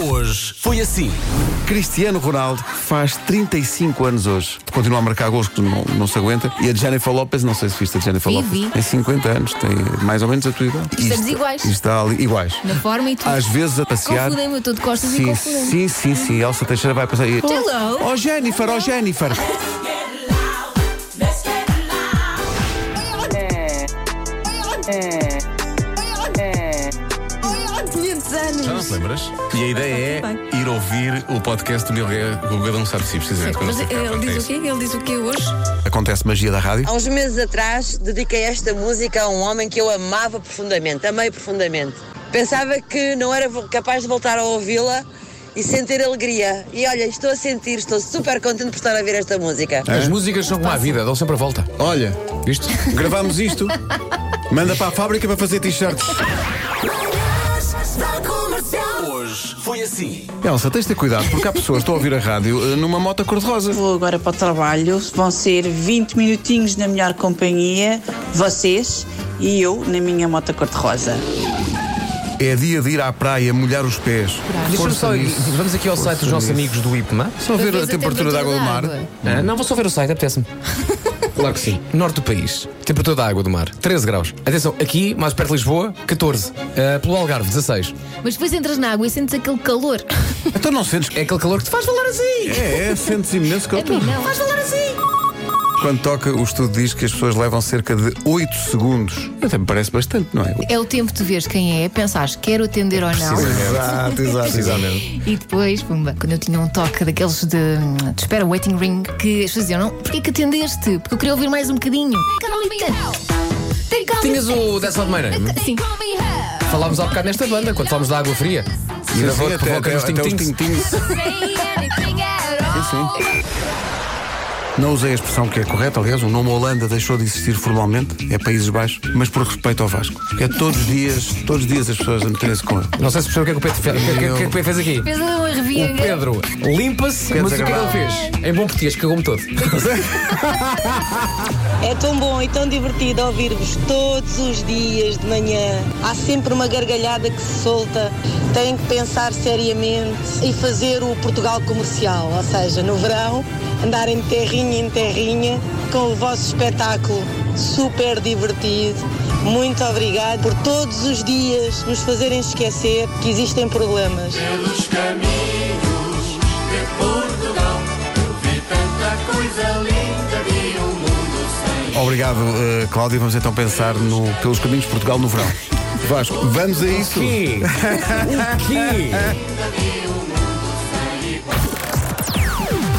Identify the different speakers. Speaker 1: hoje foi assim. Cristiano Ronaldo faz 35 anos hoje. Continua a marcar gols que não, não se aguenta. E a Jennifer Lopez, não sei se viste a Jennifer
Speaker 2: Vi,
Speaker 1: Lopez,
Speaker 2: vi.
Speaker 1: tem 50 anos, tem mais ou menos a tua idade.
Speaker 2: Estamos
Speaker 1: E está-
Speaker 2: iguais.
Speaker 1: e está ali, iguais.
Speaker 2: Na forma e tudo.
Speaker 1: Às vezes a passear.
Speaker 2: Confundem-me, eu estou de costas e
Speaker 1: Sim,
Speaker 2: confundem-me.
Speaker 1: sim, sim, sim. Elsa Teixeira vai passar. e-
Speaker 2: Hello.
Speaker 1: Oh, Jennifer, oh, Jennifer.
Speaker 3: Já não te lembras? E a ideia é ir ouvir o podcast do Mil Guerra, que o cada um sabe se precisamente. quando
Speaker 2: Mas eh,
Speaker 3: se
Speaker 2: ele
Speaker 3: acaba,
Speaker 2: diz
Speaker 3: é
Speaker 2: o quê? Ele diz o quê hoje?
Speaker 1: Acontece magia da rádio.
Speaker 4: Há uns meses atrás dediquei esta música a um homem que eu amava profundamente, amei profundamente. Pensava que não era vo- capaz de voltar a ouvi-la e sentir alegria. E olha, estou a sentir, estou super contente por estar a ouvir esta música.
Speaker 1: É?
Speaker 5: As músicas são como a vida, dão sempre a volta.
Speaker 1: Olha,
Speaker 5: Viste?
Speaker 1: gravámos isto. Manda para a fábrica para fazer t-shirts.
Speaker 6: Hoje foi assim.
Speaker 1: Elsa, tens de ter cuidado, porque há pessoas que estão a ouvir a rádio eh, numa moto cor-de-rosa.
Speaker 7: Vou agora para o trabalho, vão ser 20 minutinhos na melhor companhia, vocês e eu na minha moto cor-de-rosa.
Speaker 1: É dia de ir à praia, molhar os pés.
Speaker 5: Deixa-me
Speaker 1: Força
Speaker 5: só.
Speaker 1: nisso.
Speaker 5: Vamos aqui ao
Speaker 1: Força
Speaker 5: site dos nossos
Speaker 1: nisso. Uhum.
Speaker 5: amigos do IPMA.
Speaker 1: Só ver a temperatura da água do mar.
Speaker 5: Ah, não, vou só ver o site, apetece-me. Claro que sim. Norte do país, temperatura da água do mar, 13 graus. Atenção, aqui, mais perto de Lisboa, 14. Ah, pelo Algarve, 16.
Speaker 2: Mas depois entras na água e sentes aquele calor.
Speaker 1: Então não sentes que.
Speaker 5: É aquele calor que te faz valer assim.
Speaker 1: É, é, sentes imenso que eu
Speaker 2: A mim
Speaker 1: estou.
Speaker 2: não. Faz valer assim.
Speaker 1: Quando toca, o estudo diz que as pessoas levam cerca de 8 segundos. Até me parece bastante, não é?
Speaker 2: É o tempo de veres quem é, pensares, quero atender ou não.
Speaker 1: Exato, exato.
Speaker 5: Precisamente.
Speaker 2: E depois, pumba, quando eu tinha um toque daqueles de, hum, de espera, waiting ring, que as pessoas diziam, não, porquê que atendeste? Porque eu queria ouvir mais um bocadinho. Carolita!
Speaker 5: Tinhas o That's Not My Name.
Speaker 2: Sim.
Speaker 5: Falámos há bocado nesta banda, quando falámos da água fria. E
Speaker 1: Sim,
Speaker 5: da
Speaker 1: sim,
Speaker 5: voz que
Speaker 1: até,
Speaker 5: provoca
Speaker 1: até,
Speaker 5: nos
Speaker 1: até os
Speaker 5: tintinhos.
Speaker 1: tintinhos. Não usei a expressão que é correta, aliás, o nome Holanda deixou de existir formalmente, é Países Baixos, mas por respeito ao Vasco. Porque é todos os dias, todos os dias as pessoas a meterem-se com ele.
Speaker 5: Não sei se percebeu o que é que o Pedro fez, o que é que- o que é que o Pedro fez aqui.
Speaker 2: Fez uma
Speaker 1: Um
Speaker 5: O
Speaker 2: revinga.
Speaker 5: Pedro limpa-se, mas o que é que ele
Speaker 1: desagradável.
Speaker 5: fez? Em bom português, cagou-me todo.
Speaker 4: É tão bom e tão divertido ouvir-vos todos os dias de manhã. Há sempre uma gargalhada que se solta. Têm que pensar seriamente e fazer o Portugal comercial, ou seja, no verão, andarem de terrinha em terrinha com o vosso espetáculo super divertido. Muito obrigado por todos os dias nos fazerem esquecer que existem problemas.
Speaker 1: Obrigado, eh, Cláudia. Vamos então pensar no, pelos caminhos de Portugal no verão. Vasco, vamos a isso.
Speaker 5: Que? Que?